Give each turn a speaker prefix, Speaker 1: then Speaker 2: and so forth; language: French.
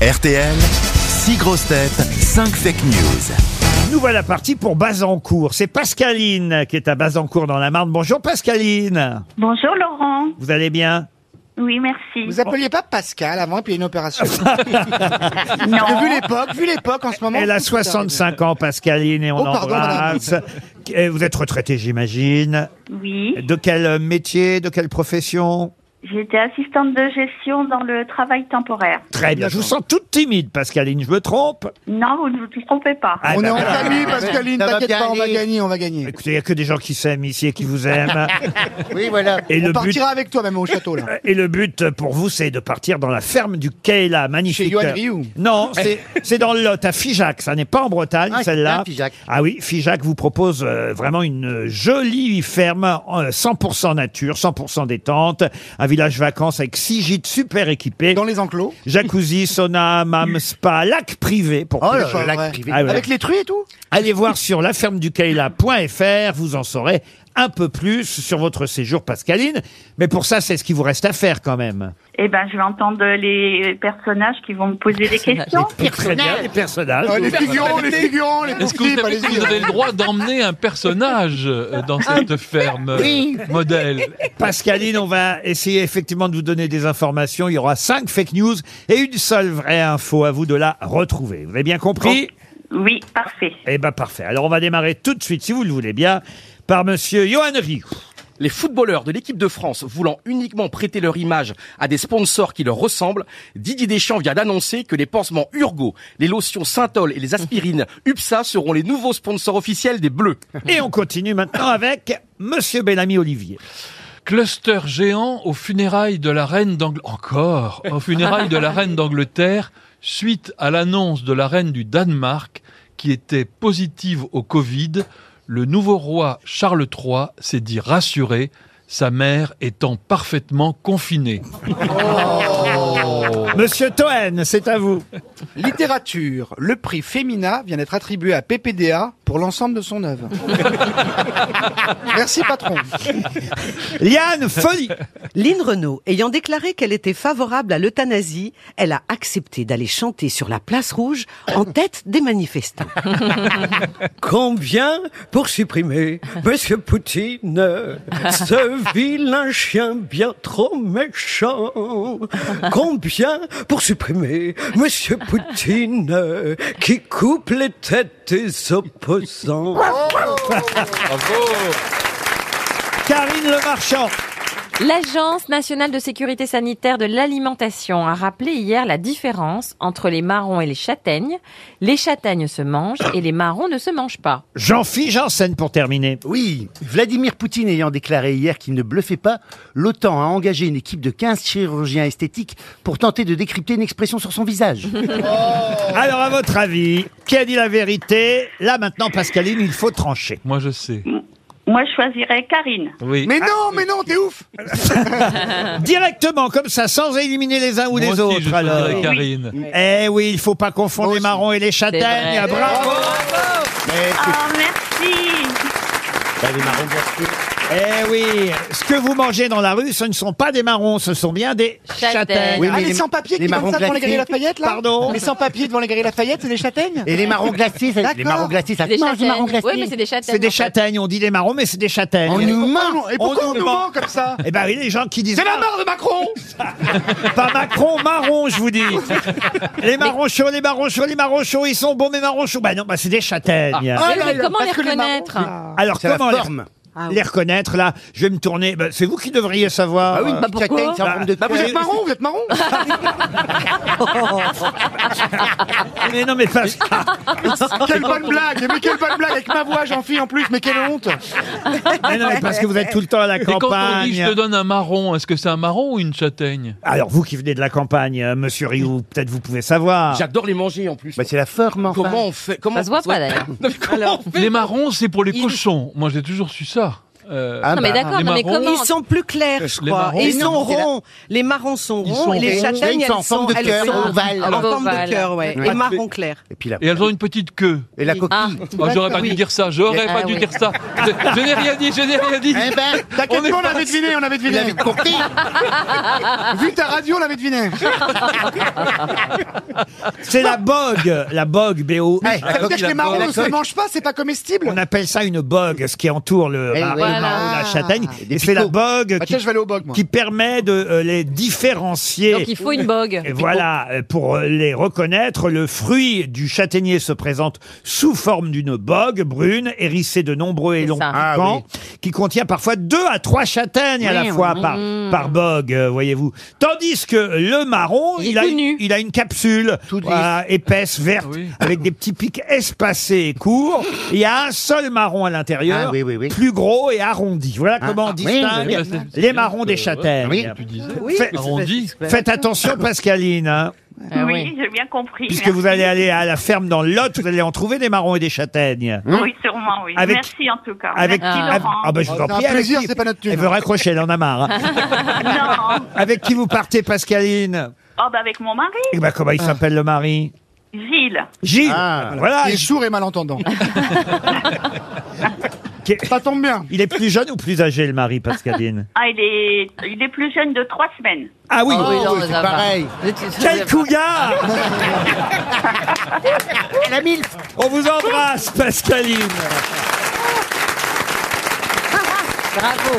Speaker 1: RTL, 6 grosses têtes, 5 fake news.
Speaker 2: Nous voilà partis pour Bazancourt. C'est Pascaline qui est à Bazancourt dans la Marne. Bonjour Pascaline.
Speaker 3: Bonjour Laurent.
Speaker 2: Vous allez bien
Speaker 3: Oui, merci.
Speaker 4: Vous appeliez pas Pascal avant, puis il y a une opération. Parce que vu l'époque, vu l'époque en ce moment.
Speaker 2: Elle a 65 ans Pascaline et on
Speaker 4: Oh, pardon,
Speaker 2: embrasse. Et vous êtes retraitée j'imagine.
Speaker 3: Oui,
Speaker 2: De quel métier, de quelle profession
Speaker 3: j'étais assistante de gestion dans le travail temporaire.
Speaker 2: Très bien. Je vous sens toute timide Pascaline, je me trompe
Speaker 3: Non, vous ne vous trompez pas.
Speaker 2: Ah,
Speaker 4: On
Speaker 2: bah,
Speaker 4: est en
Speaker 2: bah,
Speaker 4: famille, Pascaline,
Speaker 5: Ça va
Speaker 4: t'inquiète
Speaker 5: bien
Speaker 4: pas, on va
Speaker 5: aller.
Speaker 4: gagner, on va gagner.
Speaker 2: Écoutez, il n'y a que des gens qui s'aiment ici et qui vous aiment.
Speaker 5: Oui, voilà.
Speaker 2: Et
Speaker 4: On
Speaker 2: le but
Speaker 4: partira avec toi même au château, là.
Speaker 2: Et le but pour vous, c'est de partir dans la ferme du Kayla, magnifique.
Speaker 4: Chez Johan Rioux.
Speaker 2: Non, c'est- c'est dans le Lot, à Figeac. Ça n'est pas en Bretagne,
Speaker 5: Ah,
Speaker 2: celle-là.
Speaker 5: ah, Figeac.
Speaker 2: Ah oui, Figeac vous propose euh, vraiment une jolie ferme euh, 100% nature, 100% détente, un village vacances avec six gîtes super équipés,
Speaker 4: Dans les enclos.
Speaker 2: jacuzzi, sauna, hammam, spa, lac privé pour
Speaker 5: Oh,
Speaker 2: plus.
Speaker 5: le lac
Speaker 4: ouais.
Speaker 5: privé.
Speaker 2: Ah, ouais.
Speaker 4: Avec les truies et tout
Speaker 2: Allez voir sur lafermeducaïla.fr, vous en saurez un peu plus sur votre séjour Pascaline, mais pour ça, c'est ce qui vous reste à faire quand même.
Speaker 3: Eh ben, je vais entendre les personnages qui vont me poser des questions.
Speaker 2: Très bien, les personnages.
Speaker 4: Ah, Les figurants, les figurants, les
Speaker 6: Est-ce que vous
Speaker 4: poursuites,
Speaker 6: savez que vous avez
Speaker 4: allez-y.
Speaker 6: le droit d'emmener un personnage euh, dans cette ferme euh, modèle
Speaker 2: Pascaline, on va essayer effectivement de vous donner des informations. Il y aura cinq fake news et une seule vraie info à vous de la retrouver. Vous avez bien compris
Speaker 3: Oui, parfait.
Speaker 2: Eh ben parfait. Alors on va démarrer tout de suite, si vous le voulez bien, par Monsieur Johan Rioux.
Speaker 7: Les footballeurs de l'équipe de France voulant uniquement prêter leur image à des sponsors qui leur ressemblent, Didier Deschamps vient d'annoncer que les pansements Urgo, les lotions Saintol et les aspirines UPSA seront les nouveaux sponsors officiels des Bleus.
Speaker 2: Et on continue maintenant avec Monsieur Bellamy Olivier.
Speaker 6: Cluster géant aux funérailles de la reine d'Angleterre. Encore Aux funérailles de la reine d'Angleterre, suite à l'annonce de la reine du Danemark qui était positive au Covid, le nouveau roi Charles III s'est dit rassuré, sa mère étant parfaitement confinée.
Speaker 2: Oh. Monsieur Toen, c'est à vous.
Speaker 4: Littérature, le prix Femina vient d'être attribué à PPDA pour l'ensemble de son œuvre. Merci, patron.
Speaker 2: Liane Folie.
Speaker 8: Lynn Renault, ayant déclaré qu'elle était favorable à l'euthanasie, elle a accepté d'aller chanter sur la place rouge en tête des manifestants. Combien pour supprimer Monsieur Poutine, ce vilain chien bien trop méchant. Combien pour supprimer Monsieur Poutine, qui coupe les têtes des opposants.
Speaker 2: Karine Le Marchand.
Speaker 9: L'Agence nationale de sécurité sanitaire de l'alimentation a rappelé hier la différence entre les marrons et les châtaignes. Les châtaignes se mangent et les marrons ne se mangent pas.
Speaker 2: Jean-Philippe Janssen pour terminer.
Speaker 5: Oui, Vladimir Poutine ayant déclaré hier qu'il ne bluffait pas, l'OTAN a engagé une équipe de 15 chirurgiens esthétiques pour tenter de décrypter une expression sur son visage.
Speaker 2: Alors à votre avis, qui a dit la vérité Là maintenant, Pascaline, il faut trancher.
Speaker 6: Moi je sais.
Speaker 3: Moi, je choisirais Karine.
Speaker 6: Oui.
Speaker 4: Mais non, mais non, t'es ouf
Speaker 2: Directement, comme ça, sans éliminer les uns ou
Speaker 6: Moi
Speaker 2: les
Speaker 6: aussi,
Speaker 2: autres.
Speaker 6: je
Speaker 2: alors.
Speaker 6: choisirais Karine.
Speaker 2: Eh oui, il faut pas confondre les marrons et les châtaignes.
Speaker 9: vrai.
Speaker 2: Ah, Bravo.
Speaker 3: Ah, merci.
Speaker 2: Eh oui, ce que vous mangez dans la rue, ce ne sont pas des marrons, ce sont bien des
Speaker 9: Châtaignes.
Speaker 2: châtaignes.
Speaker 5: Oui,
Speaker 4: Ah,
Speaker 5: mais
Speaker 4: les
Speaker 5: les-
Speaker 4: sans-papiers qui
Speaker 5: les
Speaker 4: comme
Speaker 5: marrons
Speaker 4: ça devant les
Speaker 5: glacés.
Speaker 4: galeries Lafayette, là
Speaker 2: Pardon
Speaker 4: Les sans-papiers devant les galeries Lafayette, c'est des châtaignes
Speaker 5: Et les marrons glacés, ça, les
Speaker 4: D'accord.
Speaker 5: marrons glacés, ça
Speaker 9: Des
Speaker 5: mange les marrons
Speaker 9: châtaignes.
Speaker 5: glacés.
Speaker 9: Oui, mais c'est des châtaignes.
Speaker 2: C'est des
Speaker 9: en fait.
Speaker 2: châtaignes, on dit des marrons, mais c'est des châtaignes.
Speaker 5: On nous
Speaker 4: Ah
Speaker 5: ment.
Speaker 4: non, Et pourquoi on nous
Speaker 2: ment.
Speaker 4: ment comme ça
Speaker 2: Eh ben, les gens qui disent Ah,
Speaker 4: C'est la mort de Macron
Speaker 2: pas Macron, marron, je vous dis. Les marrons chauds, les marrons chauds, les marrons chauds, ils sont bons, mais marrons chauds. Bah non, bah c'est des châtaignes.
Speaker 4: Ah là
Speaker 9: Mais
Speaker 4: là,
Speaker 9: comment les
Speaker 4: parce que marrons-
Speaker 9: reconnaître
Speaker 2: Alors
Speaker 5: C'est la
Speaker 2: comment les,
Speaker 5: forme.
Speaker 2: les reconnaître là Je vais me tourner. Bah, c'est vous qui devriez savoir.
Speaker 5: Ah oui, une
Speaker 9: Bah,
Speaker 5: petite
Speaker 9: pourquoi
Speaker 5: châtaigne, c'est en
Speaker 2: Bah,
Speaker 5: forme de
Speaker 4: Bah vous
Speaker 5: cœur.
Speaker 4: êtes marron, vous êtes marron
Speaker 2: Euh, Mais non, mais pas.
Speaker 4: Quelle bonne blague Mais quelle bonne blague Avec ma voix, j'en fille en plus, mais quelle honte
Speaker 2: ah, Mais non, mais parce que vous êtes tout le temps à la
Speaker 6: Et quand on dit je te
Speaker 2: campagne.
Speaker 6: donne un marron, est-ce que c'est un marron ou une châtaigne
Speaker 2: Alors, vous qui venez de la campagne, euh, monsieur Rioux, peut-être vous pouvez savoir.
Speaker 7: J'adore les manger en plus.
Speaker 5: Ah. Bah, c'est la forme, enfin.
Speaker 7: Comment on fait comment
Speaker 9: Ça se voit pas, d'ailleurs.
Speaker 7: Non, mais comment on fait
Speaker 6: Les marrons, c'est pour les
Speaker 7: Il-
Speaker 6: cochons. Moi j'ai toujours su ça. euh,
Speaker 5: Ah
Speaker 9: Non, mais
Speaker 5: bah,
Speaker 9: d'accord,
Speaker 6: les
Speaker 9: non, mais
Speaker 6: marrons.
Speaker 9: comment
Speaker 8: Ils sont plus clairs, je
Speaker 6: Les
Speaker 8: crois.
Speaker 6: marrons.
Speaker 8: Et Ils
Speaker 5: Et
Speaker 8: sont
Speaker 5: non, c'est la-
Speaker 8: ronds. Les marrons sont
Speaker 5: Ils
Speaker 8: ronds
Speaker 5: sont
Speaker 8: et les
Speaker 5: ronds.
Speaker 8: châtaignes,
Speaker 5: Ils
Speaker 8: elles
Speaker 5: sont en forme
Speaker 8: sont
Speaker 5: de
Speaker 8: elles
Speaker 5: cœur, Ah,
Speaker 8: sont
Speaker 5: ovale.
Speaker 8: En forme
Speaker 9: Ovale.
Speaker 8: de cœur, ouais.
Speaker 5: Ouais.
Speaker 8: Et marron clair.
Speaker 5: Et puis la,
Speaker 6: Et elles ont une petite queue.
Speaker 5: et la
Speaker 8: Oui.
Speaker 5: coquille.
Speaker 9: Ah.
Speaker 6: Oh, j'aurais pas dû dire ça, j'aurais
Speaker 9: Ah
Speaker 6: pas dû
Speaker 9: oui.
Speaker 6: dire ça. Je, je n'ai rien dit, je n'ai rien dit.
Speaker 5: Eh ben,
Speaker 6: On est
Speaker 5: t'inquiète pas, on
Speaker 6: pas-
Speaker 5: avait deviné, on avait deviné.
Speaker 4: Il avait
Speaker 5: compris.
Speaker 4: Vu ta radio, on l'avait deviné.
Speaker 2: C'est la bogue, la bogue BO.
Speaker 4: Ça veut dire que les marrons
Speaker 5: la
Speaker 4: ne se
Speaker 5: coque.
Speaker 4: mangent pas, c'est pas comestible.
Speaker 2: On appelle ça une bogue, ce qui entoure le
Speaker 5: Eh
Speaker 2: mar-
Speaker 5: oui.
Speaker 2: le marron, la châtaigne.
Speaker 5: Des
Speaker 2: Et c'est la
Speaker 5: picots.
Speaker 2: bogue
Speaker 4: Bah
Speaker 2: qui,
Speaker 4: tiens, je vais aller au bog, moi.
Speaker 2: qui permet de euh, les différencier.
Speaker 9: Donc il faut une bogue.
Speaker 2: Et voilà, euh, pour euh, les reconnaître, le fruit du châtaignier se présente sous forme d'une bogue brune, hérissée de nombreux et
Speaker 9: C'est
Speaker 2: longs
Speaker 9: ça.
Speaker 5: Ah
Speaker 2: piquants, qui contient parfois deux à trois châtaignes à la fois par,
Speaker 9: Mmh.
Speaker 2: par bogue, euh, voyez-vous. Tandis que le marron,
Speaker 9: Il est
Speaker 2: il, a,
Speaker 9: tout
Speaker 2: une-
Speaker 9: nu.
Speaker 2: il a une capsule
Speaker 5: Tout lisse.
Speaker 2: voilà, épaisse, verte,
Speaker 6: Oui.
Speaker 2: avec des petits pics espacés et courts. Il y a un seul marron à l'intérieur,
Speaker 5: Ah oui, oui, oui.
Speaker 2: plus gros et arrondi. Voilà comment on
Speaker 5: ah, oui,
Speaker 2: distingue
Speaker 6: oui, bah, c'est-
Speaker 2: les marrons des
Speaker 6: euh,
Speaker 2: châtaignes.
Speaker 5: oui.
Speaker 6: Tu disais.
Speaker 8: Oui,
Speaker 2: Fait-
Speaker 6: Arrondi.
Speaker 2: Faites attention, Pascaline. hein.
Speaker 9: Ah
Speaker 3: oui,
Speaker 9: oui.
Speaker 3: j'ai bien compris.
Speaker 2: Puisque
Speaker 3: merci.
Speaker 2: vous allez aller à la ferme dans le Lot, vous allez en trouver des marrons et des châtaignes.
Speaker 3: Oui, sûrement, oui.
Speaker 2: Avec-
Speaker 3: Merci en tout cas.
Speaker 2: Avec
Speaker 3: Merci,
Speaker 2: qui
Speaker 9: Ah.
Speaker 2: avec-
Speaker 3: Laurent.
Speaker 2: Ah ben je vous en
Speaker 4: C'est un
Speaker 2: prie. avec
Speaker 4: plaisir,
Speaker 2: qui-
Speaker 4: c'est pas notre thune.
Speaker 2: Elle veut raccrocher, elle en a marre. hein.
Speaker 3: Non,
Speaker 2: avec qui vous partez, Pascaline
Speaker 3: oh, bah, avec mon mari,
Speaker 2: Eh ben
Speaker 4: Ah.
Speaker 2: comment il s'appelle le mari
Speaker 3: Gilles.
Speaker 2: Gilles.
Speaker 5: Ah.
Speaker 2: Voilà.
Speaker 4: Il est sourd et malentendant.
Speaker 2: Qui-
Speaker 4: Ça tombe bien.
Speaker 2: Il est plus jeune ou plus âgé le mari, Pascaline
Speaker 3: Ah, il est, il est plus jeune de trois semaines.
Speaker 2: Ah oui.
Speaker 5: Oh,
Speaker 9: non,
Speaker 5: oui,
Speaker 9: ça
Speaker 5: c'est
Speaker 9: va.
Speaker 5: pareil.
Speaker 4: Oh.
Speaker 2: Quel cougar
Speaker 5: La milf.
Speaker 2: On vous embrasse, Pascaline.
Speaker 9: Bravo.